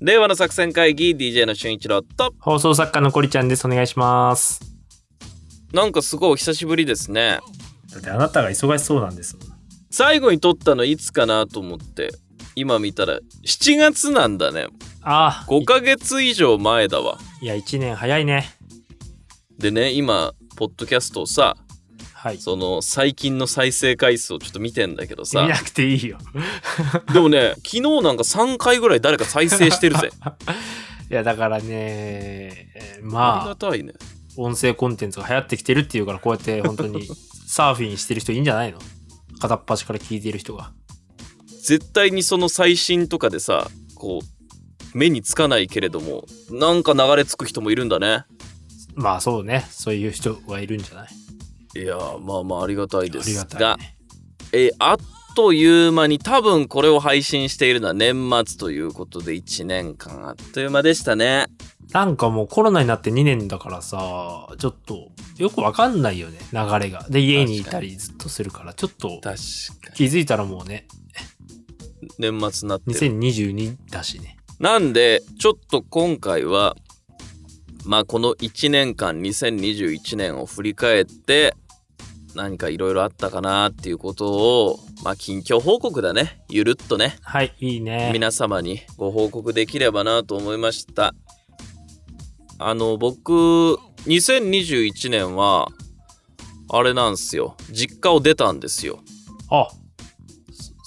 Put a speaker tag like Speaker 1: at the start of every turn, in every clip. Speaker 1: 令和の作戦会議 DJ の俊一郎と
Speaker 2: 放送作家のこりちゃんです。お願いします。
Speaker 1: なんかすごいお久しぶりですね
Speaker 2: だってあなたが忙しそうなんですもん。
Speaker 1: 最後に撮ったのいつかなと思って今見たら7月なんだね
Speaker 2: ああ、
Speaker 1: 5ヶ月以上前だわ
Speaker 2: いや、一年早いね。
Speaker 1: でね今ポッドキャストをさ
Speaker 2: はい。
Speaker 1: その最近の再生回数をちょっと見てんだけどさ
Speaker 2: 見なくていいよ。
Speaker 1: でもね昨日なんか3回ぐらい誰か再生してるぜ
Speaker 2: いや、だからね、え ー
Speaker 1: あり
Speaker 2: ま
Speaker 1: が
Speaker 2: あ、
Speaker 1: たいね
Speaker 2: 音声コンテンツが流行ってきてるっていうから、こうやって本 当にサーフィンしてる人いいんじゃないの片っ端から聞いてる人が。
Speaker 1: 絶対にその最新とかでさこう目につかないけれどもなんか流れ着く人もいるんだね
Speaker 2: まあ、そうね。そういう人はいるんじゃない
Speaker 1: いやーまあまあありがたいで
Speaker 2: あり
Speaker 1: す
Speaker 2: が
Speaker 1: が
Speaker 2: たい、ね。
Speaker 1: えーあっという間に多分これを配信しているのは年末ということで1年間あっという間でしたね
Speaker 2: なんかもうコロナになって2年だからさ、ちょっとよくわかんないよね、流れが。で、家にいたりずっとするから、ちょっと
Speaker 1: 確か
Speaker 2: 気づいたらもうね、
Speaker 1: に年末になってる
Speaker 2: 2022だしね。
Speaker 1: なんでちょっと今回はまあこの1年間2021年を振り返って何かいろいろあったかなっていうことをまあ近況報告だねゆるっとね
Speaker 2: はい、いいね。
Speaker 1: 皆様にご報告できればなと思いましたあの僕2021年はあれなんですよ実家を出たんですよ
Speaker 2: あ、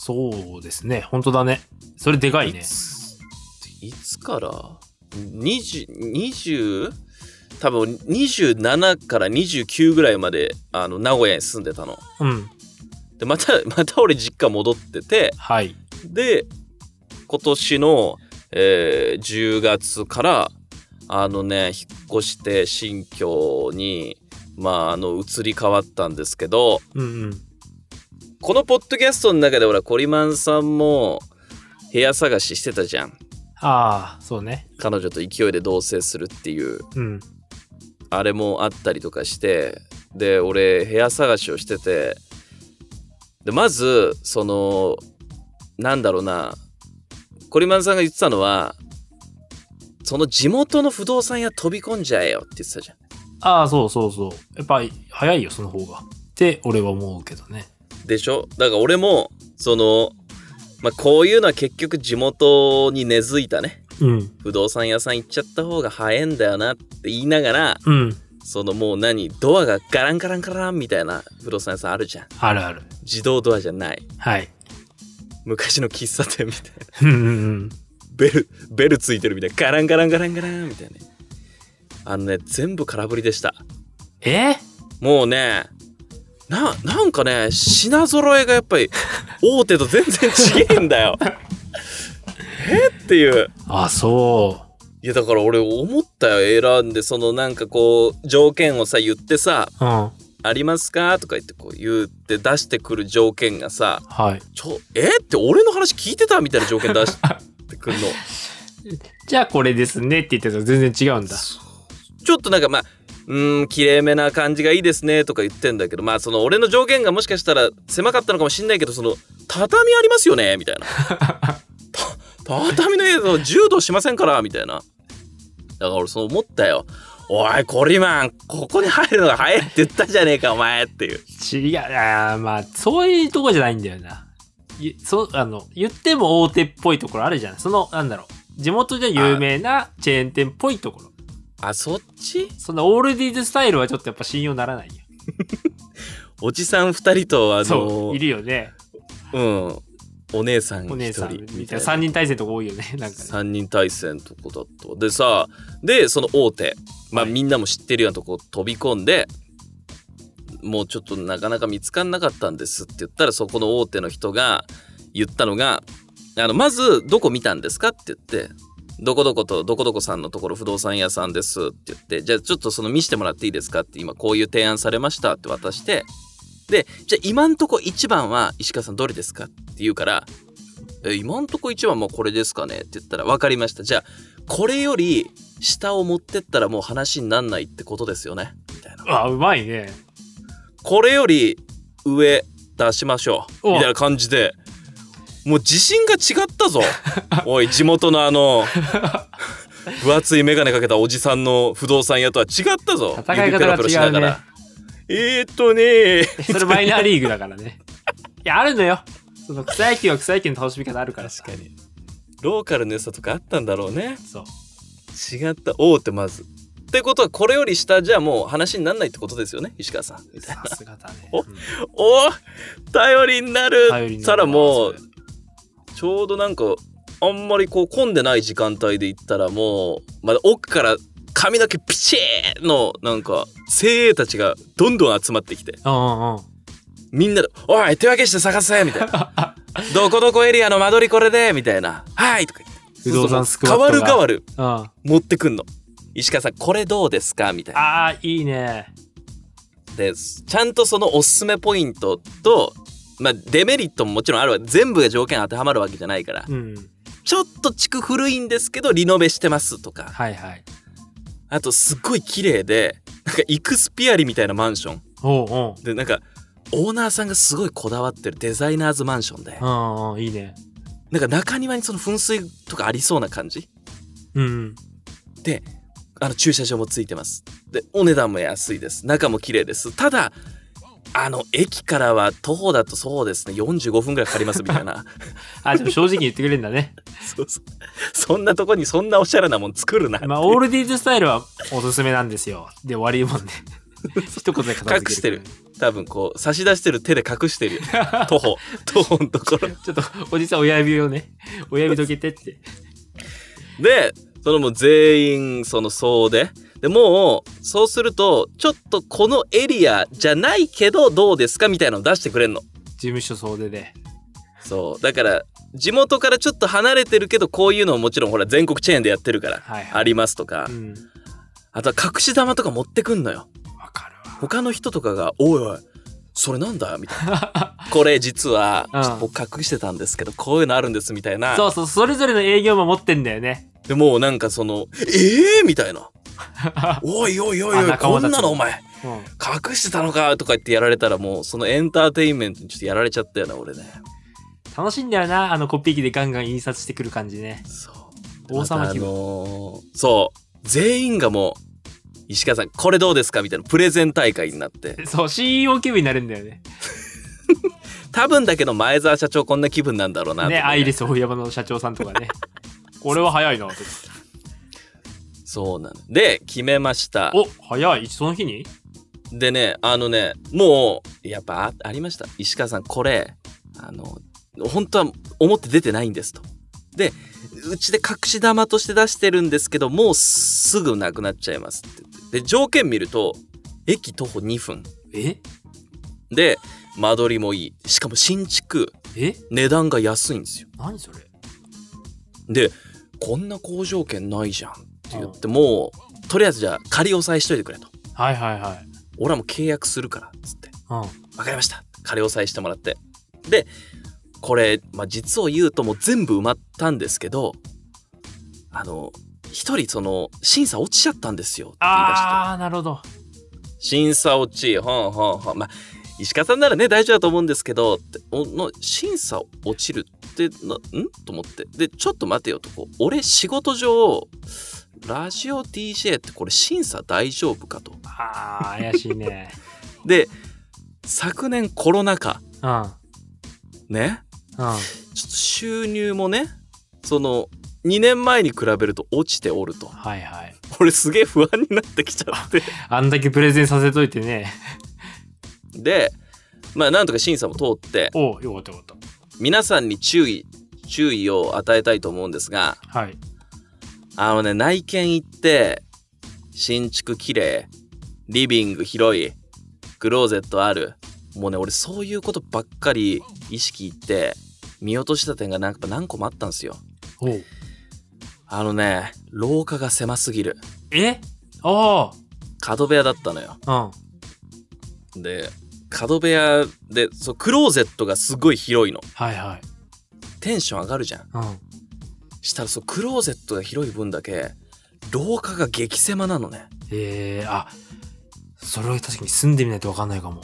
Speaker 2: そそうですね。本当だね。それでかいね
Speaker 1: い。ついつから20 20多分27から29ぐらいまであの名古屋に住んでたの
Speaker 2: うん。
Speaker 1: でまたまた俺実家戻ってて
Speaker 2: はい。
Speaker 1: で今年の、えー10月からあのね引っ越して新居にまああの移り変わったんですけど
Speaker 2: うんうん。
Speaker 1: このポッドキャストの中でほらコリマンさんも部屋探ししてたじゃん
Speaker 2: ああ、そうね。
Speaker 1: 彼女と勢いで同棲するっていう
Speaker 2: うん。
Speaker 1: あれもあったりとかしてで俺部屋探しをしててでまずそのなんだろうなコリマンさんが言ってたのはその地元の不動産屋飛び込んじゃえよって言ってたじゃん
Speaker 2: ああ、そうそうそう。やっぱり早いよ、その方が。って俺は思うけどね。
Speaker 1: でしょだから俺もそのまあこういうのは結局地元に根付いたね
Speaker 2: うん。
Speaker 1: 不動産屋さん行っちゃった方が早いんだよなって言いながら
Speaker 2: うん。
Speaker 1: そのもう何ドアがガランガランガランみたいな不動産屋さんあるじゃん
Speaker 2: あるある。
Speaker 1: 自動ドアじゃない
Speaker 2: はい。
Speaker 1: 昔の喫茶店みたいな
Speaker 2: うんうんうん。
Speaker 1: ベルベルついてるみたいなガランガランガランガランみたいなねあのね全部空振りでした
Speaker 2: え
Speaker 1: もうねななんかね品揃えがやっぱり大手と全然違えんだよ えっていう
Speaker 2: あ、そう。
Speaker 1: いやだから俺思ったよ選んでそのなんかこう条件をさ言ってさ
Speaker 2: うん。は
Speaker 1: 「ありますか?」とか言ってこう言って出してくる条件がさ
Speaker 2: い。
Speaker 1: 「ちょえって俺の話聞いてた?」みたいな条件出してくるの。
Speaker 2: じゃあこれですねって言ってたら全然違うんだ。
Speaker 1: ちょっとなんかまあうーん綺麗めな感じがいいですねとか言ってんだけどまあその俺の条件がもしかしたら狭かったのかもしんないけどその畳ありますよねみたいな た畳の家の柔道しませんからみたいなだから俺そう思ったよおいコリマンここに入るのが早いって言ったじゃねえかお前っていう
Speaker 2: 違う、あーまあ、そういうとこじゃないんだよな。いそう、あの、言っても大手っぽいところあるじゃん。その、なんだろう。地元で有名なチェーン店っぽいところ。
Speaker 1: あそっち
Speaker 2: そんなオールディーズスタイルはちょっとやっぱ信用ならないよ。
Speaker 1: おじさん二人とあの
Speaker 2: そう、いるよね。
Speaker 1: うんお姉さん
Speaker 2: お
Speaker 1: 一
Speaker 2: 姉さん
Speaker 1: 人
Speaker 2: み
Speaker 1: み
Speaker 2: た
Speaker 1: た
Speaker 2: い
Speaker 1: い
Speaker 2: な。
Speaker 1: な
Speaker 2: 三人体制とか多いよね。 なんかね、
Speaker 1: 3人対戦とこだったわでさでその大手、まあ、
Speaker 2: はい
Speaker 1: みんなも知ってるようなとこ飛び込んで、もうちょっとなかなか見つかんなかったんですって言ったらそこの大手の人が言ったのがあのまずどこ見たんですかって言ってどこどことどこどこさんのところ不動産屋さんですって言ってじゃあちょっとその見してもらっていいですかって今こういう提案されましたって渡してでじゃあ今んとこ1番は石川さんどれですかって言うからえ今んとこ1番もうこれですかねって言ったら分かりましたじゃあこれより下を持ってったらもう話になんないってことですよねみたいな
Speaker 2: あ、うまいね。
Speaker 1: これより上出しましょう
Speaker 2: お
Speaker 1: みたいな感じでもう自信が違った ぞおい地元のあの分厚い眼鏡かけたおじさんの不動産屋とは違ったぞ
Speaker 2: 戦い方が違うね
Speaker 1: 指えー、っとね
Speaker 2: それマイナーリーグだからね。いや、あるのよ。その草野球は草野球の楽しみ方あるからさ。
Speaker 1: 確かにローカルの良さとかあったんだろうね
Speaker 2: そう。
Speaker 1: 違った大手まずってことはこれより下じゃもう話にならないってことですよね石川さん
Speaker 2: さすがだね。
Speaker 1: お
Speaker 2: うん
Speaker 1: お頼りになる
Speaker 2: 頼りになるな
Speaker 1: たらもう
Speaker 2: そ
Speaker 1: ちょうどなんかあんまりこう混んでない時間帯で行ったらもうまだ奥から髪の毛ピチーのなんか精鋭たちがどんどん集まってきて
Speaker 2: れうんうんうん。
Speaker 1: みんなで「おい手分けして探せ!」みたい な「どこどこエリアの間取りこれで!」みたいな「はい!」とか言って
Speaker 2: 不動産スクワッ
Speaker 1: 変わ
Speaker 2: トが
Speaker 1: る変わる
Speaker 2: うん。あ
Speaker 1: 持ってくんの石川さんこれどうですかみたいな
Speaker 2: あー、いいね。
Speaker 1: でちゃんとそのおすすめポイントと、まあ、デメリットももちろんあるわ全部が条件当てはまるわけじゃないから、
Speaker 2: うん。
Speaker 1: ちょっと地区古いんですけどリノベしてますとか
Speaker 2: はいはい。
Speaker 1: あとすっごい綺麗でなんかイクスピアリみたいなマンション
Speaker 2: おうおう。
Speaker 1: でなんかオーナーさんがすごいこだわってるデザイナーズマンションで
Speaker 2: うんうん、いいね。
Speaker 1: なんか中庭にその噴水とかありそうな感じ
Speaker 2: うん。
Speaker 1: であの駐車場もついてますでお値段も安いです中も綺麗ですただあの駅からは徒歩だとそうですね45分ぐらいかかりますみたいな
Speaker 2: あ、でも正直に言ってくれるんだね。
Speaker 1: そうそうそんなとこにそんなおしゃれなもん作るな
Speaker 2: まあ、オールディーズスタイルはおすすめなんですよ。で、終わりもんね。 一言で片付け
Speaker 1: 隠してる多分こう差し出してる手で隠してるよ徒歩徒歩のところ
Speaker 2: ちょっと、おじさん親指をね、親指どけてって。
Speaker 1: でそのもう全員その総ででもうそうするとちょっとこのエリアじゃないけどどうですかみたいなの出してくれんの
Speaker 2: 事務所総出で。
Speaker 1: そうだから地元からちょっと離れてるけどこういうのももちろんほら全国チェーンでやってるから
Speaker 2: はいはい。
Speaker 1: ありますとか
Speaker 2: うん。
Speaker 1: あとは隠し玉とか持ってくんのよ
Speaker 2: わかるわ。
Speaker 1: 他の人とかが「おいおいそれなんだ?」みたいな「これ実は
Speaker 2: うん
Speaker 1: ちょっと僕隠してたんですけどこういうのあるんです」みたいな
Speaker 2: そうそう、それぞれの営業も持ってんだよね。
Speaker 1: でもうなんかその「ええー!」みたいな「おいおいおい
Speaker 2: あ
Speaker 1: おい
Speaker 2: 仲
Speaker 1: こ
Speaker 2: 間たち
Speaker 1: んなのお前
Speaker 2: うん。
Speaker 1: 隠してたのか」とか言ってやられたらもうそのエンターテインメントにちょっとやられちゃったよな俺ね
Speaker 2: 楽しいんだよな、あのコピー機でガンガン印刷してくる感じね。
Speaker 1: そう
Speaker 2: 王様気
Speaker 1: ま
Speaker 2: 分
Speaker 1: たあのーそう全員がもう石川さんこれどうですかみたいなプレゼン大会になって
Speaker 2: そう、CEO 気分になるんだよね。
Speaker 1: 多分だけど前澤社長こんな気分なんだろうなと思
Speaker 2: ね、
Speaker 1: い
Speaker 2: アイリス大山の社長さんとか ね。俺は早いな、とか
Speaker 1: そうなので決めました
Speaker 2: お、早い。その日に
Speaker 1: でねあのねもうやっぱあありました石川さんこれあの本当は思って出てないんですとでうちで隠し玉として出してるんですけどもうすぐなくなっちゃいますって言ってで条件見ると駅徒歩2分
Speaker 2: え
Speaker 1: で間取りもいいしかも新築
Speaker 2: え
Speaker 1: 値段が安いんですよ
Speaker 2: 何それ
Speaker 1: でこんな好条件ないじゃんって言ってもうとりあえずじゃあ仮押さえしといてくれと
Speaker 2: はいはいはい。
Speaker 1: 俺はもう契約するからっつって
Speaker 2: うん。
Speaker 1: 分かりました仮押さえしてもらってでこれ、まあ、実を言うともう全部埋まったんですけどあの一人その審査落ちちゃったんですよって言い出して
Speaker 2: あー、なるほど。
Speaker 1: 審査落ちほんほんほんまあ石川さんならね大丈夫だと思うんですけどっておの審査落ちるってなんと思ってでちょっと待てよとこう俺仕事上ラジオ DJ ってこれ審査大丈夫かと
Speaker 2: あー、怪しいね。
Speaker 1: で昨年コロナ禍
Speaker 2: うん。うん。
Speaker 1: ねちょっと収入もねその2年前に比べると落ちておると
Speaker 2: はいはい。
Speaker 1: 俺すげえ不安になってきちゃって
Speaker 2: あんだけプレゼンさせといてね。
Speaker 1: でまあなんとか審査も通って
Speaker 2: およかったよかっ
Speaker 1: 皆さんに注意注意を与えたいと思うんですが
Speaker 2: た。はい。
Speaker 1: あのね内見行って新築綺麗リビング広いクローゼットあるもうね俺そういうことばっかり意識いって見落とした点がなんか何個もあったんですよ
Speaker 2: おう
Speaker 1: あのね廊下が狭すぎる
Speaker 2: えあ
Speaker 1: 角部屋だったのよ
Speaker 2: あ。うん。
Speaker 1: で角部屋でそうクローゼットがすごい広いの
Speaker 2: はいはい。
Speaker 1: テンション上がるじゃん
Speaker 2: うん。
Speaker 1: したらそうクローゼットが広い分だけ廊下が激狭なのね
Speaker 2: えー、あ、それは確かに住んでみないとわかんないかも。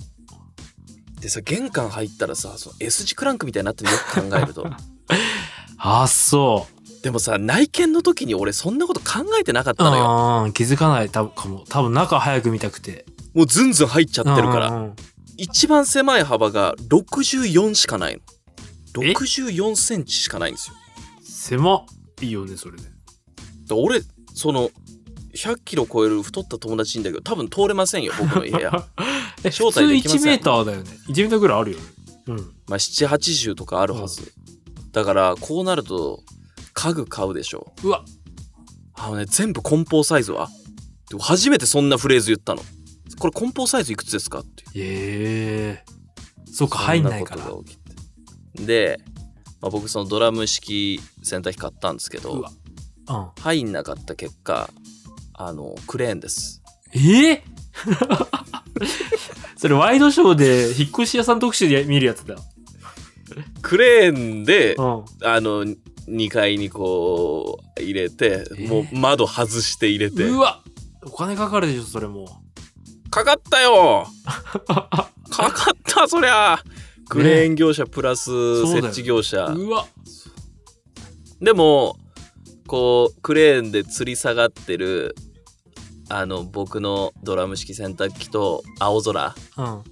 Speaker 1: でさ玄関入ったらさその S 字クランクみたいになってるよく考えると
Speaker 2: あ、そう。
Speaker 1: でもさ内見の時に俺そんなこと考えてなかったのよ
Speaker 2: うん、気づかないたぶかも。多分中早く見たくて。
Speaker 1: もうずんずん入っちゃってるか
Speaker 2: うん
Speaker 1: ら
Speaker 2: うんうん
Speaker 1: 一番狭い幅が64しかないの
Speaker 2: え
Speaker 1: 64センチしかないんですよ
Speaker 2: 狭いよね、それで。
Speaker 1: だから俺その100キロ超える太った友達いんだけど多分通れませんよ僕の部屋
Speaker 2: え、
Speaker 1: 招
Speaker 2: 普通
Speaker 1: 待できません
Speaker 2: 1メーターだよね。1メーターぐらいあるよね。うん。
Speaker 1: まあ780とかあるはずだからこうなると家具買うでしょ
Speaker 2: うわ、
Speaker 1: あのね全部梱包サイズはでも初めてそんなフレーズ言ったのこれ梱包サイズいくつですかって
Speaker 2: ええそうか、入んないから。
Speaker 1: そ
Speaker 2: う
Speaker 1: なこと
Speaker 2: ん
Speaker 1: が起きてで、まあ、僕そのドラム式洗濯機買ったんですけ
Speaker 2: う
Speaker 1: ど
Speaker 2: わん。
Speaker 1: 入んなかった結果あのクレーンです
Speaker 2: ええ それワイドショーで引っ越し屋さん特集で見るやつだ。
Speaker 1: クレーンで
Speaker 2: うん。
Speaker 1: あの2階にこう入れて、
Speaker 2: え
Speaker 1: もう窓外して入れて
Speaker 2: うわお金かかるでしょ、それもう。
Speaker 1: かかったよかかったそりゃクレーン業者プラス
Speaker 2: そうだよ
Speaker 1: 設置業者、
Speaker 2: うわ
Speaker 1: でもこうクレーンで吊り下がってるあの僕のドラム式洗濯機と青空
Speaker 2: うん。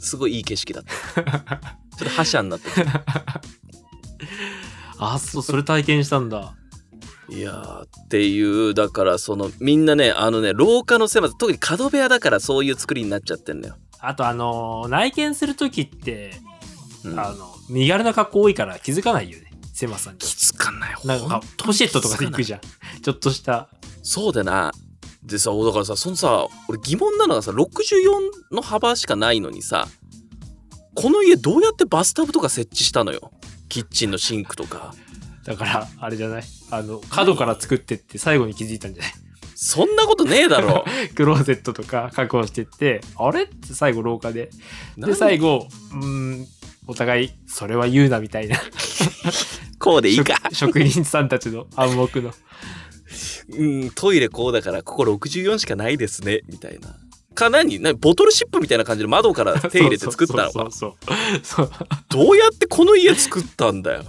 Speaker 1: すごいいい景色 だったちょっと覇者になってき
Speaker 2: あ、そう、それ体験したんだ。
Speaker 1: たいやーっていうだからそのみんなねあのね廊下の狭さ特に角部屋だからそういう作りになっちゃってんのよ、
Speaker 2: あと、あのー内見するときって、
Speaker 1: うん
Speaker 2: あの、身軽な格好多いから気づかないよね。狭さに。
Speaker 1: 気づかないよ
Speaker 2: なんか、ポシェットとかで行くじゃん。ちょっとした。
Speaker 1: そうでなでさだからさそのさ俺疑問なのがさ64の幅しかないのにさこの家どうやってバスタブとか設置したのよキッチンのシンクとか
Speaker 2: だから、あれじゃないあの、角から作ってって最後に気づいたんじゃない
Speaker 1: そんなことねえだろ
Speaker 2: クローゼットとか確保してって、あれって最後廊下で。
Speaker 1: 何
Speaker 2: で、最後、うーん、お互い、それは言うなみたいな。
Speaker 1: こうでいいか
Speaker 2: 職人さんたちの暗黙の。
Speaker 1: うんトイレこうだからここ64しかないですねみたいなか何何ボトルシップみたいな感じで窓から 手入れて作ったの
Speaker 2: そ
Speaker 1: か
Speaker 2: うそうそうそうそう。
Speaker 1: どうやってこの家作ったんだよ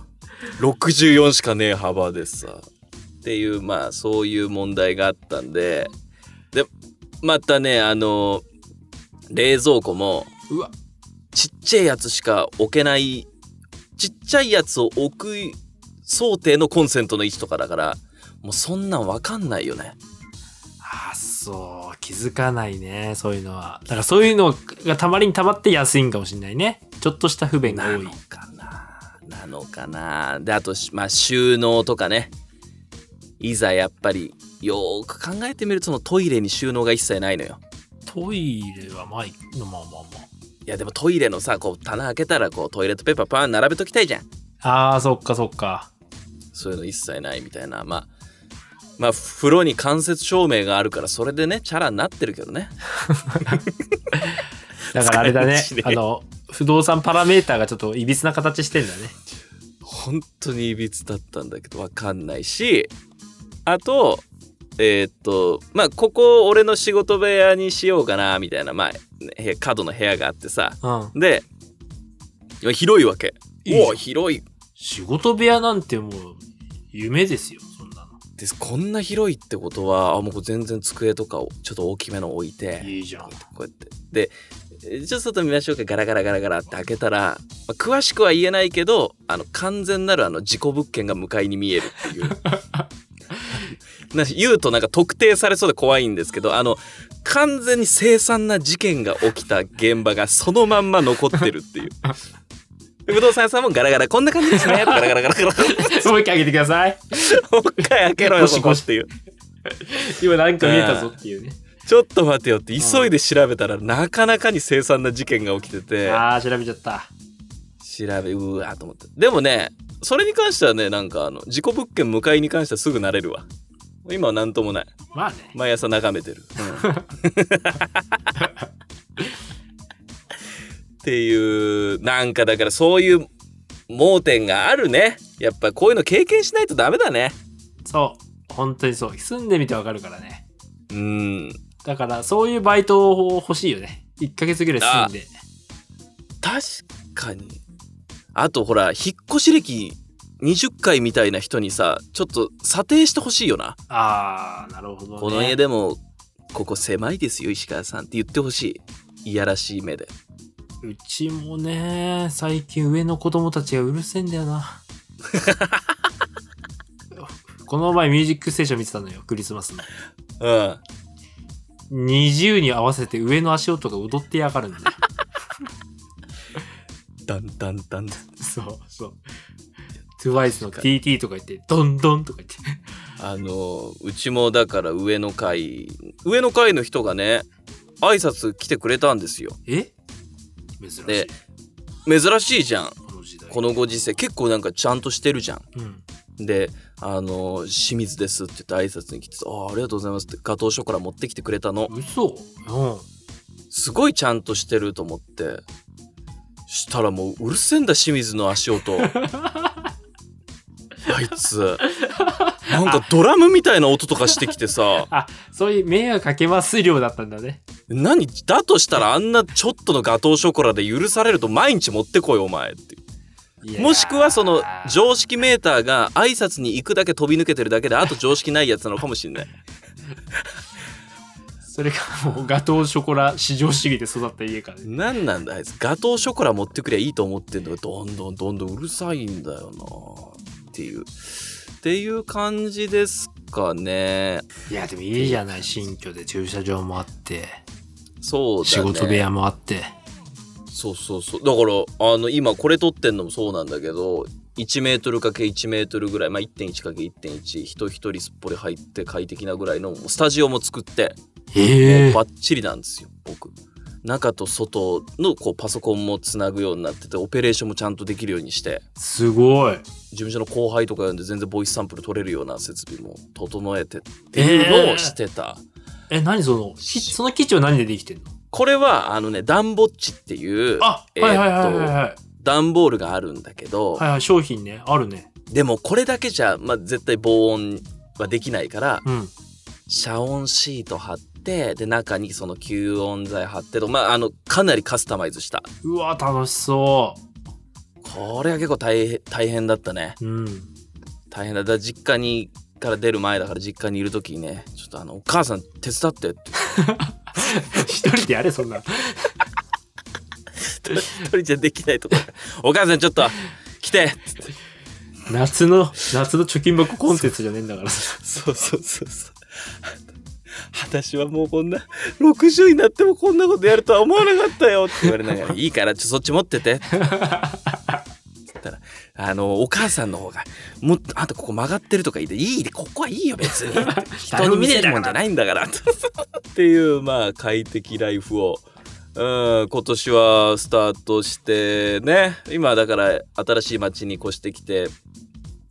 Speaker 1: 64しかねえ幅でさっていうまあそういう問題があったんででまたねあの冷蔵庫も
Speaker 2: うわ、
Speaker 1: ちっちゃいやつしか置けないちっちゃいやつを置く想定のコンセントの位置とかだからもうそんなん分かんないよね
Speaker 2: あ、そう、気づかないね、そういうのは。だからそういうのがたまりにたまって安いんかもしれないね。ちょっとした不便が
Speaker 1: な
Speaker 2: 多い
Speaker 1: の。かななのかなであとしまあ収納とかねいざやっぱりよーく考えてみるとそのトイレに収納が一切ないのよ
Speaker 2: トイレはまあ、まあまあ
Speaker 1: いやでもトイレのさこう棚開けたらこうトイレットペーパーパーン並べときたいじゃん
Speaker 2: まあ。ああ、そっかそっか。
Speaker 1: そういうの一切ないみたいなまあまあ風呂に間接照明があるからそれでねチャラになってるけどね
Speaker 2: だからあれだ ね
Speaker 1: 使い道。ね
Speaker 2: あの、不動産パラメーターがちょっといびつな形してんだね。
Speaker 1: 本当にいびつだったんだけどわかんないしあとえーっとまあここを俺の仕事部屋にしようかなみたいなまあ部屋角の部屋があってさ
Speaker 2: うん。
Speaker 1: でいや広いわけ
Speaker 2: いいじゃん
Speaker 1: おお広い
Speaker 2: 仕事部屋なんてもう、夢ですよ、そんなの。
Speaker 1: ですこんな広いってことはあもうこれ全然机とかをちょっと大きめの置いて
Speaker 2: いいじ ゃん。
Speaker 1: こうやってでえーちょっと外見ましょうかガラガラガラガラって開けたら、まあ詳しくは言えないけどあの完全なるあの事故物件が向かいに見えるっていうな言うとなんか特定されそうで怖いんですけどあの完全に凄惨な事件が起きた現場がそのまんま残ってるっていうで不動産屋さんもガラガラこんな感じですねガラガラガラガラ
Speaker 2: もう一回上げてください。
Speaker 1: もう一回開けろよ
Speaker 2: ゴシ
Speaker 1: ここ
Speaker 2: ゴシ
Speaker 1: っていう
Speaker 2: 今なんか見えたぞっていうね。
Speaker 1: ちょっと待てよって急いで調べたらなかなかに凄惨な事件が起きてて
Speaker 2: ああ、調べちゃった。
Speaker 1: 調べうわーと思ってでもねそれに関してはねなんかあの事故物件迎えに関してはすぐ慣れるわ今は何ともない
Speaker 2: まあね。
Speaker 1: 毎朝眺めてる、うんっていうなんかだからそういう盲点があるねやっぱこういうの経験しないとダメだね
Speaker 2: そう。本当にそう。住んでみてわかるからね。
Speaker 1: うん
Speaker 2: だから、そういうバイトを欲しいよね。1ヶ月ぐらい住んで。
Speaker 1: 確かにあとほら引っ越し歴20回みたいな人にさちょっと査定してほしいよな、
Speaker 2: ああ、なるほど、ね。
Speaker 1: この家でもここ狭いですよ石川さんって言ってほしいいやらしい目で
Speaker 2: うちもね、最近上の子供たちがうるせえんだよ な。この前ミュージックステーション見てたのよ、クリスマスの。
Speaker 1: うん
Speaker 2: 20に合わせて上の足音が踊ってやがるんだよ。
Speaker 1: ダンダンダン
Speaker 2: そうそう。TWICE の TT とか言って、ドンドンとか言って。
Speaker 1: あのうちもだから上の階上の階の人がね挨拶来てくれたんですよ
Speaker 2: え珍しい。
Speaker 1: で珍しいじゃん
Speaker 2: この時代。
Speaker 1: このご時世結構なんかちゃんとしてるじゃん
Speaker 2: うん。
Speaker 1: であの清水ですって言って挨拶に来てああありがとうございますってガトーショコラ持ってきてくれたの
Speaker 2: 嘘うん。
Speaker 1: すごいちゃんとしてると思ってしたらもううるせえんだ清水の足 音あいつなんかドラムみたいな音とかしてきてさ
Speaker 2: そういう迷惑かけます量だったんだね。
Speaker 1: 何だとしたらあんなちょっとのガトーショコラで許されると毎日持ってこいお前って
Speaker 2: いやー
Speaker 1: もしくはその常識メーターが挨拶に行くだけ飛び抜けてるだけであと常識ないやつなのかもしれない
Speaker 2: それかもうガトーショコラ至上主義で育った家からね。
Speaker 1: 何なんだあいつガトーショコラ持ってくりゃいいと思ってんのがどんどんどんどんうるさいんだよなっていうっていう感じですかね
Speaker 2: いやでもいいじゃない新居で駐車場もあって、
Speaker 1: そうだね
Speaker 2: 仕事部屋もあって
Speaker 1: そうそうそうだからあの今これ撮ってんのもそうなんだけど1メートル ×1 メートルぐらい、まあ、1.1×1.1 人一人すっぽり入って快適なぐらいのスタジオも作っても
Speaker 2: え
Speaker 1: うバッチリなんですよ僕中と外のこうパソコンもつなぐようになっててオペレーションもちゃんとできるようにして
Speaker 2: すごい
Speaker 1: 事務所の後輩とか呼んで全然ボイスサンプル取れるような設備も整えてっていうのをしてた、
Speaker 2: え何そのきその基地は何でできてんの
Speaker 1: これはあのねダンボッチっていう
Speaker 2: あ
Speaker 1: えーっと
Speaker 2: はいはいはいはいはい
Speaker 1: 段ボールがあるんだけど、
Speaker 2: はいはい商品ねあるね
Speaker 1: でもこれだけじゃ、まあ、絶対防音はできないから
Speaker 2: うん
Speaker 1: 遮音シート貼ってで中にその吸音材貼ってと、まあ、あのかなりカスタマイズした
Speaker 2: うわ楽しそ
Speaker 1: これは結構大変大変だったね
Speaker 2: ううん
Speaker 1: 大変だだから実家にから出る前だから実家にいる時にねちょっとあのお母さん手伝ってって
Speaker 2: 一人でやれそんな
Speaker 1: 一人じゃできないとかお母さんちょっと来て
Speaker 2: 夏の夏の貯金箱コンテンツじゃねえんだから
Speaker 1: そうそうそうそう私はもうこんな60になってもこんなことやるとは思わなかったよって言われながら「いいからちょそっち持ってて」って言ったら「あのお母さんの方がもっとあんたここ曲がってるとか言っていいでここはいいよ別 に人に見せるもんじゃないんだから」 っていうまあ快適ライフを。うん今年はスタートしてね今だから新しい町に越してきて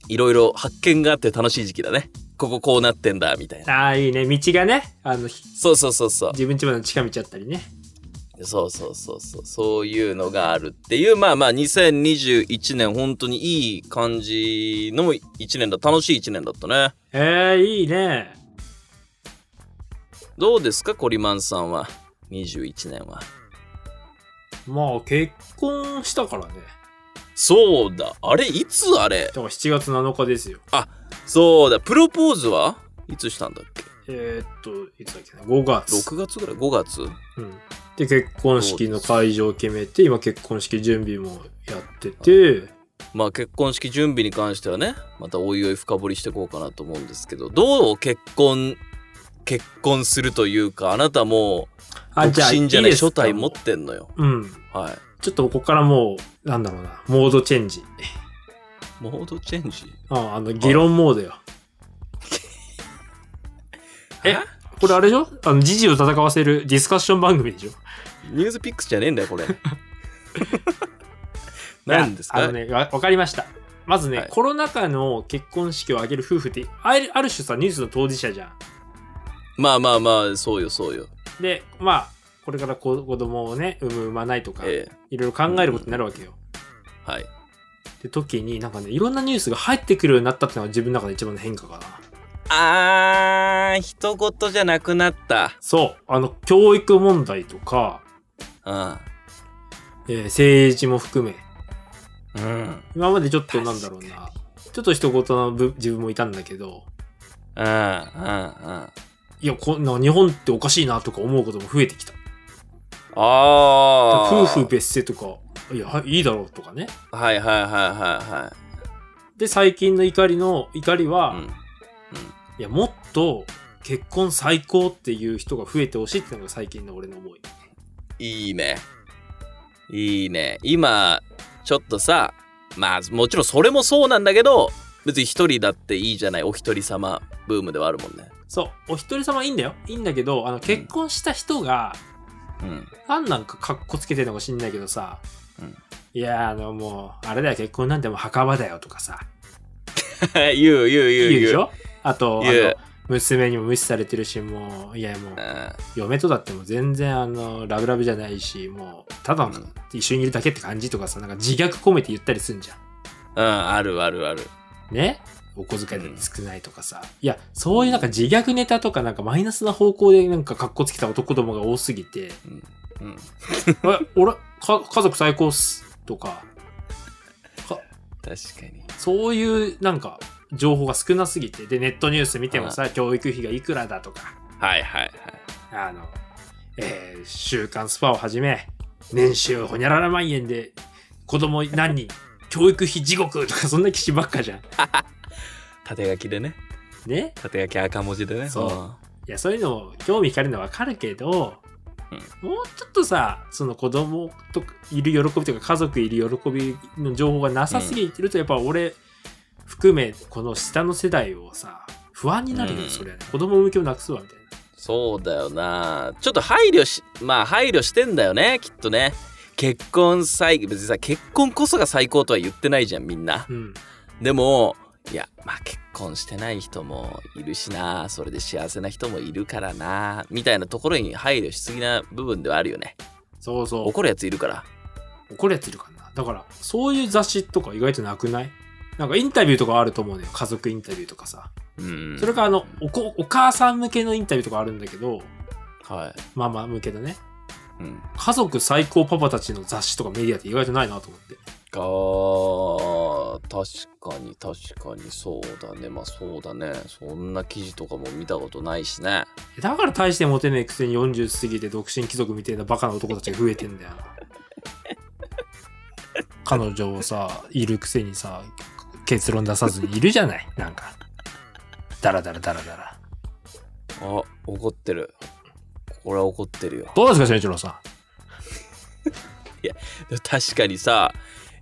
Speaker 1: いろいろ発見があって楽しい時期だねこここうなってんだみたいな
Speaker 2: ああーいいね道がねあのひ
Speaker 1: そうそうそうそう。
Speaker 2: 自分家までの近道あったりね
Speaker 1: そうそうそうそう。そういうのがあるっていう、まあまあ2021年本当にいい感じの1年だ。楽しい1年だったね。
Speaker 2: えー、いいね
Speaker 1: どうですか、コリマンさんは。21年は。
Speaker 2: まあ結婚したからね
Speaker 1: そうだ。あれいつあれ
Speaker 2: だから7月7日ですよ
Speaker 1: そうだ。プロポーズはいつしたんだっけ
Speaker 2: えー、っと、いつだっけな、5月。
Speaker 1: ?6 月ぐらい ?5 月
Speaker 2: うんで、結婚式の会場を決めて、今結婚式準備もやってて、
Speaker 1: まあ結婚式準備に関してはね、またおいおい深掘りしていこうかなと思うんですけど、どう結婚、結婚するというか、あなたもう、独身じゃない
Speaker 2: ですか
Speaker 1: 初体持ってんのよ
Speaker 2: うん。
Speaker 1: はい
Speaker 2: ちょっとここからもう、なんだろうな、モードチェンジ。
Speaker 1: モードチェンジ
Speaker 2: ああの、議論モー ドよ。え
Speaker 1: あ
Speaker 2: これあれでしょあの、時事を戦わせるディスカッション番組でしょ
Speaker 1: ニュースピックスじゃねえんだよ これ何です
Speaker 2: いや
Speaker 1: か、
Speaker 2: あのね、わわかりました。まずね、
Speaker 1: はい
Speaker 2: コロナ禍の結婚式を挙げる夫婦って、あるある種さ、ニュースの当事者じゃん。
Speaker 1: まあまあまあそうよそうよ
Speaker 2: でまあこれから子子供をね産む産まないとか、
Speaker 1: ええ
Speaker 2: いろいろ考えることになるわけよ。
Speaker 1: はい
Speaker 2: って時になんかねいろんなニュースが入ってくるようになったっていうのが自分の中で一番の変化かな。
Speaker 1: あー一言じゃなくなった
Speaker 2: そうあの教育問題とか
Speaker 1: うん
Speaker 2: えー政治も含め、
Speaker 1: うん。
Speaker 2: 今までちょっとなんだろうな、ちょっと人事なぶ自分もいたんだけど、
Speaker 1: うん。うん。うん。
Speaker 2: いや、こんな日本っておかしいなとか思うことも増えてきた。
Speaker 1: ああ
Speaker 2: 夫婦別姓とか、いや、はいいだろうとかね。
Speaker 1: はいはいはいは
Speaker 2: で、最近の怒りの、怒り
Speaker 1: い
Speaker 2: は、
Speaker 1: はい。
Speaker 2: いや、もっと結婚最高っていう人が増えてほしいってのが最近の俺の思い。
Speaker 1: うん。いいね。いいね。今、ちょっとさ、まあもちろんそれもそうなんだけど、別に一人だっていいじゃない、お一人様ブームではあるもんね。
Speaker 2: そう、お一人様いいんだよ。いいんだけど、あの、結婚した人が、
Speaker 1: うん。
Speaker 2: なんなんかかっこつけてるのか知んないけどさ、
Speaker 1: うん
Speaker 2: いや、あの、もう、あれだよ、結婚なんてもう墓場だよとかさ、
Speaker 1: 言う言う言
Speaker 2: 言
Speaker 1: う
Speaker 2: うでし
Speaker 1: 言う。
Speaker 2: ょあと、あ
Speaker 1: 言う
Speaker 2: の、娘にも無視されてるし、もう、いや、もう
Speaker 1: う、ん
Speaker 2: 嫁とだってもう全然、あの、ラブラブじゃないし、もう、ただの
Speaker 1: うん
Speaker 2: 一緒にいるだけって感じとかさ、なんか自虐込めて言ったりすんじゃん。
Speaker 1: うん、あるあるある。
Speaker 2: ねお小遣いで少ないとかさ、いやそういうなんか自虐ネタとかなんかマイナスな方向でなんか格好つけた男どもが多すぎ て
Speaker 1: うん。
Speaker 2: 「え俺か家族最高っす」とか
Speaker 1: 確かに。
Speaker 2: そういうなんか情報が少なすぎてでネットニュース見てもさ教育費がいくらだとか
Speaker 1: はいはいはい。
Speaker 2: あの、えー週刊スパをはじめ年収ほにゃらら万円で子供何人教育費地獄とかそんな記事ばっかじゃん。
Speaker 1: 縦書きでね。
Speaker 2: ね
Speaker 1: 縦書き赤文字でね。
Speaker 2: そいやそういうのも興味惹かれるのはわかるけど、もうちょっとさその子供とかいる喜びとか家族いる喜びの情報がなさすぎてると、やっぱ俺含めこの下の世代をさ不安になるよ、
Speaker 1: うん
Speaker 2: それはね子供向けをなくすわみたいな
Speaker 1: そうだよなちょっと配慮しまあ配慮してんだよねきっとね結婚最別にさ結婚こそが最高とは言ってないじゃんみんな
Speaker 2: うん
Speaker 1: でもいやまあ結婚してない人もいるしなそれで幸せな人もいるからなみたいなところに配慮しすぎな部分ではあるよね
Speaker 2: そうそ
Speaker 1: 怒るやついるから
Speaker 2: う怒るやついるからなだからそういう雑誌とか意外となくないなんかインタビューとかあると思うのよ家族インタビューとかさ
Speaker 1: うん
Speaker 2: それからあのおこお母さん向けのインタビューとかあるんだけど
Speaker 1: は
Speaker 2: ママ向けだね
Speaker 1: い、うん、
Speaker 2: 家族最高パパたちの雑誌とかメディアって意外とないなと思って
Speaker 1: あー確かに確かにそうだねまあそうだねそんな記事とかも見たことないしね
Speaker 2: だから大してモテないくせに40過ぎて独身貴族みたいなバカな男たちが増えてんだよな彼女をさいるくせにさ結論出さずにいるじゃないなんかダラダラダラダラ
Speaker 1: あ、怒ってる。これは怒ってるよ。
Speaker 2: どうですか俊一郎さ
Speaker 1: 確かにさ、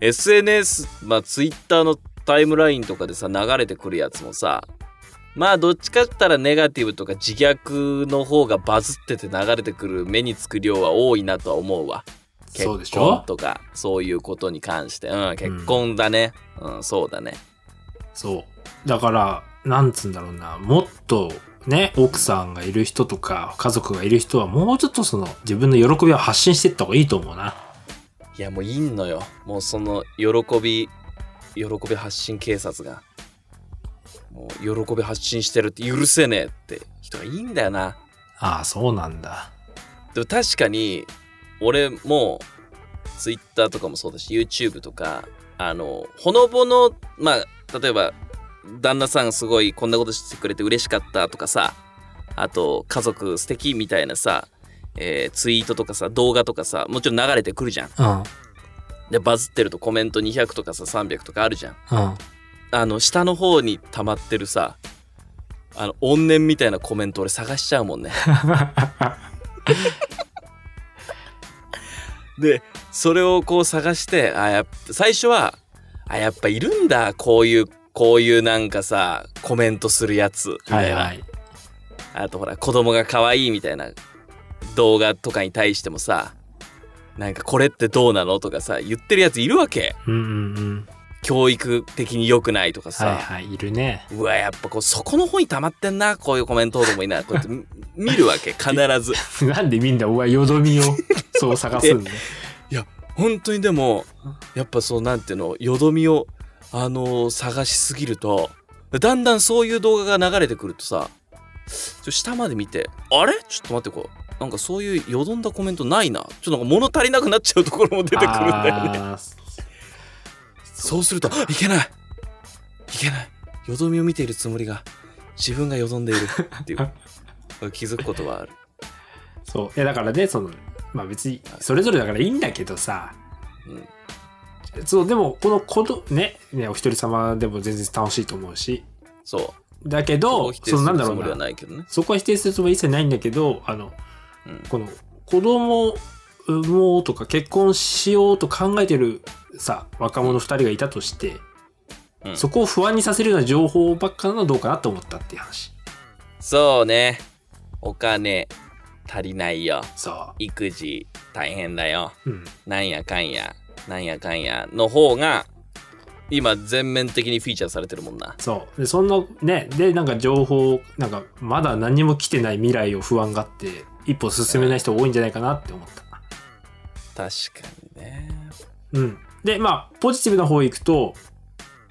Speaker 1: SNS、まあ Twitter のタイムラインとかでさ、流れてくるやつもさ、まあどっちかって言ったらネガティブとか自虐の方がバズってて流れてくる目につく量は多いなとは思うわ。
Speaker 2: ん
Speaker 1: 結
Speaker 2: そうでし
Speaker 1: 婚
Speaker 2: ょ
Speaker 1: とかそういうことに関して。うん、結婚だね。うん、そうだね。
Speaker 2: そうだからなんつうんだろうなもっとね奥さんがいる人とか家族がいる人はもうちょっとその自分の喜びを発信していった方がいいと思うない
Speaker 1: や、もういいのよ。もうその喜び、喜び発信警察が。もう喜び発信してるって許せねえって人がいいんだよな。
Speaker 2: ああそうなんだ
Speaker 1: でも確かに、俺も Twitter とかもそうだし、YouTube とか、あの、ほのぼの、まあ、例えば、旦那さんすごいこんなことしてくれて嬉しかったとかさ、あと、家族素敵みたいなさ、えーツイートとかさ、動画とかさ、もちろん流れてくるじゃん。
Speaker 2: うん
Speaker 1: で、バズってるとコメント200とかさ、300とかあるじゃん。
Speaker 2: うん
Speaker 1: あの下の方に溜まってるさあの怨念みたいなコメント俺探しちゃうもんね でそれをこう探してあやっぱ最初はあやっぱいるんだこういうこういうなんかさコメントするやつみたいな、
Speaker 2: い
Speaker 1: あとほら子供が可愛いみたいな動画とかに対してもさなんかこれってどうなのとかさ言ってるやついるわけ
Speaker 2: うんうんうん
Speaker 1: 教育的に良くないとかさ、
Speaker 2: はいはいいるね
Speaker 1: うわやっぱこうそこの方に溜まってんなこういうコメントともいなこうやってみ見るわけ必ず
Speaker 2: なんでみんなお前よど みをそう探すんだ
Speaker 1: 本当にでもやっぱそうなんていうのよどみをあのー探しすぎるとだんだんそういう動画が流れてくるとさちょ下まで見てあれちょっと待ってこうなんかそういうよどんだコメントないなちょっとなんか物足りなくなっちゃうところも出てくるんだよね
Speaker 2: あー
Speaker 1: そうするとあいけないいけないよどみを見ているつもりが自分がよどんでいるっていう 気づくことはある
Speaker 2: そういやだからねそのまあ別にそれぞれだからいいんだけどさ、
Speaker 1: うん
Speaker 2: そうでもこの子どねねお一人様でも全然楽しいと思うし
Speaker 1: そう
Speaker 2: だけ
Speaker 1: そこを
Speaker 2: ど
Speaker 1: 否定
Speaker 2: その
Speaker 1: す
Speaker 2: なん
Speaker 1: る
Speaker 2: だ
Speaker 1: つ
Speaker 2: ろ
Speaker 1: もりは
Speaker 2: うな
Speaker 1: ないけどね
Speaker 2: そこは否定するつもり一切ないんだけどあの
Speaker 1: うん
Speaker 2: この子供を産もうとか結婚しようと考えてるさ若者2人がいたとして、
Speaker 1: うん
Speaker 2: そこを不安にさせるような情報ばっかなのはどうかなと思ったっていう話
Speaker 1: そうねお金足りないよ
Speaker 2: そ
Speaker 1: 育児大変だよ
Speaker 2: ううん
Speaker 1: なんやかんやなんやかんやの方が今全面的にフィーチャーされてるもんな
Speaker 2: そうでそんなねでなんか情報なんかまだ何も来てない未来を不安があって一歩進めない人多いんじゃないかなって思った
Speaker 1: 確かにね
Speaker 2: うんでまあポジティブな方へ行くと、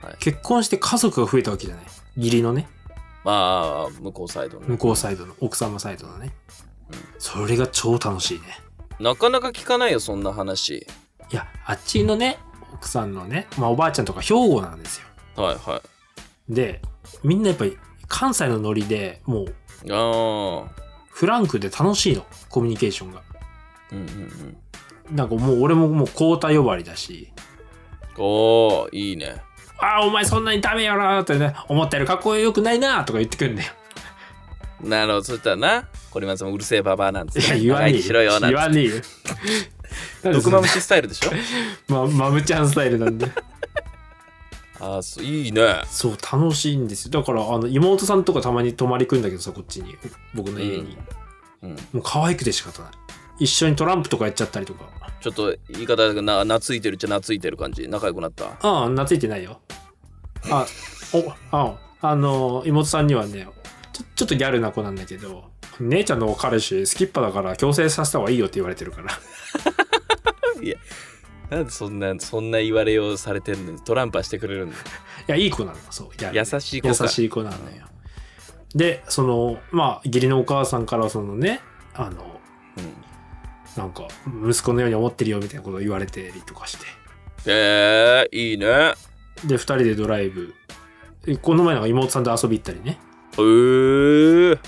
Speaker 1: はい
Speaker 2: 結婚して家族が増えたわけじゃない義理のね
Speaker 1: まあ向こうサイド
Speaker 2: 向
Speaker 1: ね
Speaker 2: こうサイドの奥様サイドのね、
Speaker 1: うん
Speaker 2: それが超楽しいね
Speaker 1: なかなか聞かないよそんな話
Speaker 2: いやあっちのね奥さんのね、まあ、おばあちゃんとか兵庫なんですよ
Speaker 1: はいはい
Speaker 2: でみんなやっぱり関西のノリでもう
Speaker 1: ああ
Speaker 2: フランクで楽しいのコミュニケーションが
Speaker 1: うんうんうん
Speaker 2: なんかもう俺ももう交代呼ばわりだし
Speaker 1: おーいいね
Speaker 2: ああ、お前そんなにダメやなーってね、思ってるかっこよくないなーとか言ってくんだよ。
Speaker 1: なるほどそしたらなこれまさんうるせえババアなんつ
Speaker 2: い
Speaker 1: って
Speaker 2: や、言わねえ
Speaker 1: 長生きしろよなん
Speaker 2: 言
Speaker 1: て
Speaker 2: わねえよ。
Speaker 1: 毒まぶしスタイルでしょ
Speaker 2: ま、まむちゃんスタイルなんで。
Speaker 1: ああそういいね
Speaker 2: そう、楽しいんですよ。だから、あの、妹さんとかたまに泊まり来んだけどさ、こっちに。僕の家に。
Speaker 1: うんうん
Speaker 2: もう可愛くて仕方ない。一緒にトランプとかやっちゃったりとか。
Speaker 1: ちょっと言い方がな懐いてるっちゃ懐いてる感じ仲良くなった
Speaker 2: ああ、懐いてないよ。あ、お、あ、あの、妹さんにはね、ちょちょっとギャルな子なんだけど、姉ちゃんの彼氏、スキッパだから強制させた方がいいよって言われてるから。
Speaker 1: なんでそんなそんな言われようされてんのにトランプはしてくれるんだ
Speaker 2: いや、いい子なの、そう。ギャルで
Speaker 1: 優しい子
Speaker 2: 優
Speaker 1: か
Speaker 2: しい子なのよ。で、その、まあ、義理のお母さんから、そのね、あの、
Speaker 1: うん
Speaker 2: なんか、息子のように思ってるよみたいなことを言われてりとかして。
Speaker 1: へえいいねへ
Speaker 2: で、2人でドライブ。えこの前なんか妹さんと遊び行ったりね。
Speaker 1: え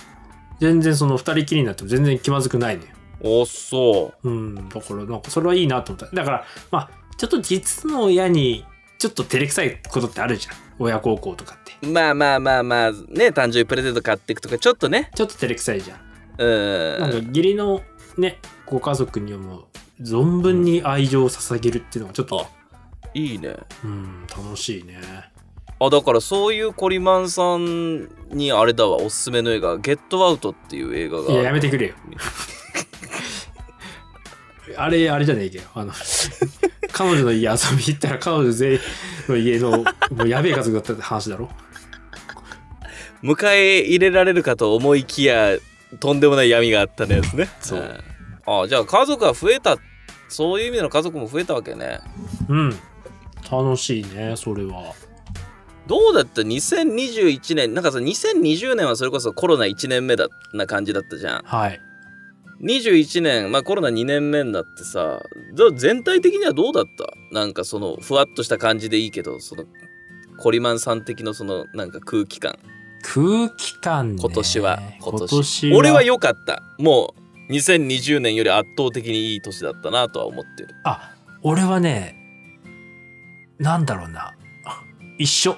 Speaker 2: 全然その2人きりになっても全然気まずくないのよ。
Speaker 1: おそ
Speaker 2: うん、だから、なんかそれはいいなと思った。だから、まあ、ちょっと実の親に、ちょっと照れくさいことってあるじゃん。親孝行とかって。
Speaker 1: うまあまあまあまあね誕生日プレゼント買っていくとかちょっとね
Speaker 2: ちょっと照れくさいじゃん。
Speaker 1: う
Speaker 2: なんか
Speaker 1: ん
Speaker 2: 義理のねご家族にはもう存分に愛情を捧げるっていうのがちょっと、
Speaker 1: いいね
Speaker 2: うん、楽しいね
Speaker 1: あだからそういうコリマンさんにあれだわおすすめの映画「ゲットアウト」っていう映画が
Speaker 2: いややめてくれよ
Speaker 1: ね
Speaker 2: あれあれじゃねえけどあの 彼女の家遊び行ったら彼女全員の家のもうやべえ家族だったって話だろ
Speaker 1: 迎え入れられるかと思いきやとんでもない闇があったのやつね
Speaker 2: そう
Speaker 1: うんあじゃあ家族が増えたそういう意味での家族も増えたわけね
Speaker 2: うん楽しいねそれは
Speaker 1: どうだった2021年なんかさ2020年はそれこそコロナ1年目だな感じだったじゃん
Speaker 2: はい
Speaker 1: 21年まあコロナ2年目になってさど全体的にはどうだったなんかそのふわっとした感じでいいけどそのコリマンさん的のそのなんか空気感
Speaker 2: 空気感ね
Speaker 1: 今年は、今
Speaker 2: 今
Speaker 1: 年
Speaker 2: 年は
Speaker 1: 俺は良かったもう2020年より圧倒的にいい年だったなとは思ってる
Speaker 2: あ俺はねなんだろうなあ一緒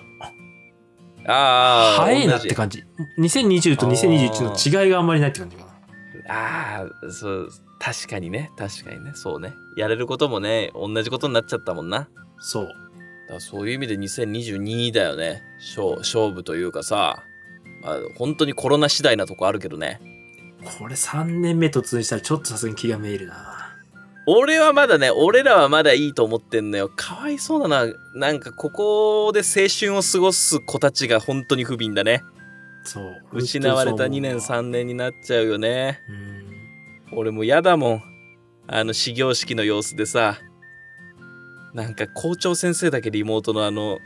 Speaker 1: ああ
Speaker 2: 早いなっ
Speaker 1: 同
Speaker 2: て
Speaker 1: じ
Speaker 2: 感じ2020と2021の違いがあんまりないって感じかな
Speaker 1: ああそう確かにね確かにねそうねやれることもね同じことになっちゃったもんな
Speaker 2: そう
Speaker 1: だからそういう意味で2022だよね勝勝負というかさ、まあ、本当にコロナ次第なとこあるけどね
Speaker 2: これ3年目突入したらちょっとさすがに気がめいるな
Speaker 1: 俺はまだね俺らはまだいいと思ってんのよかわいそうだななんかここで青春を過ごす子たちが本当に不憫だね
Speaker 2: そう
Speaker 1: 失われた2年3
Speaker 2: 年
Speaker 1: 年になっちゃうよね
Speaker 2: うん
Speaker 1: 俺も嫌だもんあの始業式の様子でさなんか校長先生だけリモートのあの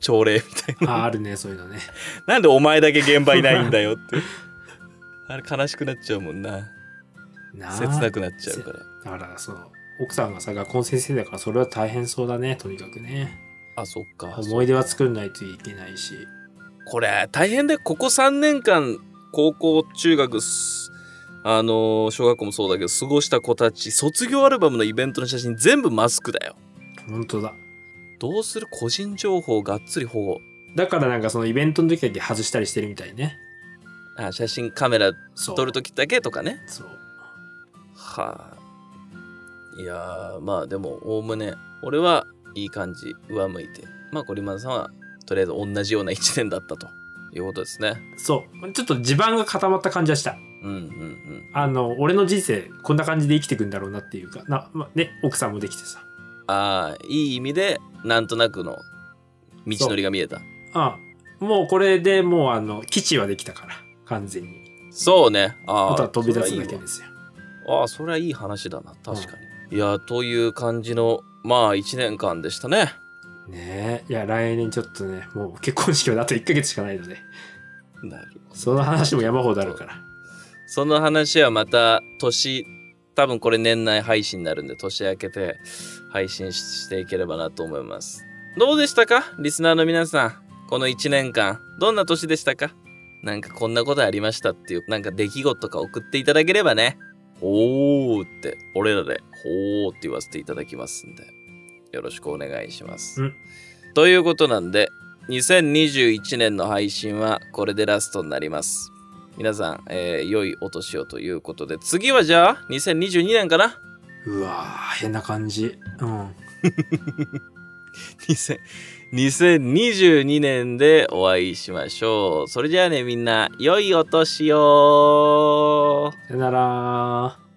Speaker 1: 朝礼み たいな
Speaker 2: ああるねそういうのね
Speaker 1: なんでお前だけ現場いないんだよって。あれ悲しくなっちゃうもんな。
Speaker 2: な
Speaker 1: 切なくなっちゃうから
Speaker 2: だからその奥さんがさ学校の先生だからそれは大変そうだねとにかくね
Speaker 1: あそっか
Speaker 2: 思い出は作んないといけないし
Speaker 1: これ大変だよここ3年間高校中学すあのー小学校もそうだけど過ごした子たち卒業アルバムのイベントの写真全部マスクだよ
Speaker 2: 本当だ
Speaker 1: どうする個人情報がっつり保護
Speaker 2: だからなんかそのイベントの時だけ外したりしてるみたいね
Speaker 1: あ写真カメラ
Speaker 2: そう
Speaker 1: 撮る時だけとかね
Speaker 2: そう
Speaker 1: はあいやーまあでもおおむね俺はいい感じ上向いてまあゴリマンさんはとりあえず同じような1年だったということですね
Speaker 2: そうちょっと地盤が固まった感じはした
Speaker 1: うんうんうん
Speaker 2: あの俺の人生こんな感じで生きていくんだろうなっていうかな、まあね奥さんもできてさ
Speaker 1: ああいい意味でなんとなくの道のりが見えた
Speaker 2: ああもうこれでもうあの基地はできたから完全に
Speaker 1: そうね。あ
Speaker 2: あ
Speaker 1: ー
Speaker 2: とは飛び出すだ
Speaker 1: それはい
Speaker 2: け
Speaker 1: いわ
Speaker 2: ですよ
Speaker 1: あー、それはいい話だな。確かに。いやー、という感じの、まあ、1年間でしたね。
Speaker 2: ねえいや来年ちょっとねもう結婚式はあと1ヶ月しかないので
Speaker 1: なるほど。
Speaker 2: その話も山ほどあるから
Speaker 1: その話はまた、年、多分これ年内配信になるんで、年明けて配信ししていければなと思います。どうでしたかリスナーの皆さん。この1年間、どんな年でしたかなんかこんなことありましたっていう、なんか出来事とか送っていただければね。ほーって、俺らで、ほーって言わせていただきますんで、よろしくお願いします。
Speaker 2: うん
Speaker 1: ということなんで、2021年の配信はこれでラストになります。皆さん、えー良いお年をということで、次はじゃあ、2022年かな
Speaker 2: うわー変な感じうん
Speaker 1: 2000 2022年でお会いしましょう。それじゃあね、みんな、良いお年を
Speaker 2: さよなら